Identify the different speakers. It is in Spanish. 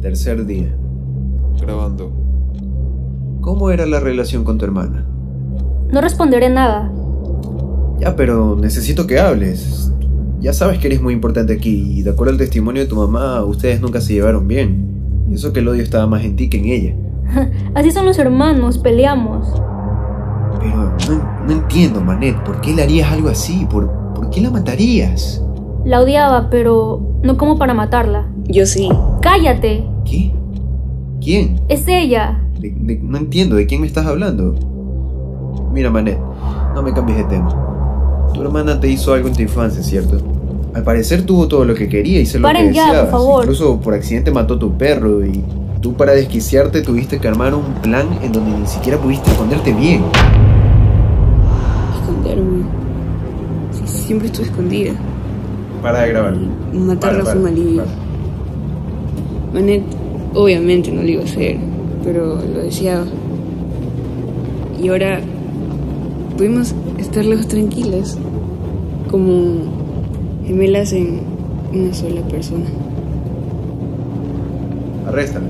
Speaker 1: Tercer día.
Speaker 2: Grabando.
Speaker 1: ¿Cómo era la relación con tu hermana?
Speaker 3: No responderé nada.
Speaker 1: Ya, pero necesito que hables. Ya sabes que eres muy importante aquí y de acuerdo al testimonio de tu mamá, ustedes nunca se llevaron bien. Y eso que el odio estaba más en ti que en ella.
Speaker 3: Así son los hermanos, peleamos.
Speaker 1: Pero no, no entiendo, Manet, ¿por qué le harías algo así? ¿Por, ¿Por qué la matarías?
Speaker 3: La odiaba, pero no como para matarla.
Speaker 4: Yo sí.
Speaker 3: ¡Cállate!
Speaker 1: ¿Qué? ¿Quién?
Speaker 3: Es ella.
Speaker 1: De- de- no entiendo, ¿de quién me estás hablando? Mira, Manet, no me cambies de tema. Tu hermana te hizo algo en tu infancia, ¿cierto? Al parecer tuvo todo lo que quería y se lo
Speaker 3: Paren
Speaker 1: que
Speaker 3: ya, por
Speaker 1: deseabas.
Speaker 3: favor.
Speaker 1: Incluso por accidente mató a tu perro y tú para desquiciarte tuviste que armar un plan en donde ni siquiera pudiste esconderte bien.
Speaker 4: Esconderme. Sí, siempre estuve escondida.
Speaker 1: Para de grabar.
Speaker 4: Matarla fue un alivio. Manet, obviamente no lo iba a hacer, pero lo deseaba. Y ahora pudimos estar lejos tranquilas, como gemelas en una sola persona.
Speaker 1: Arréstala.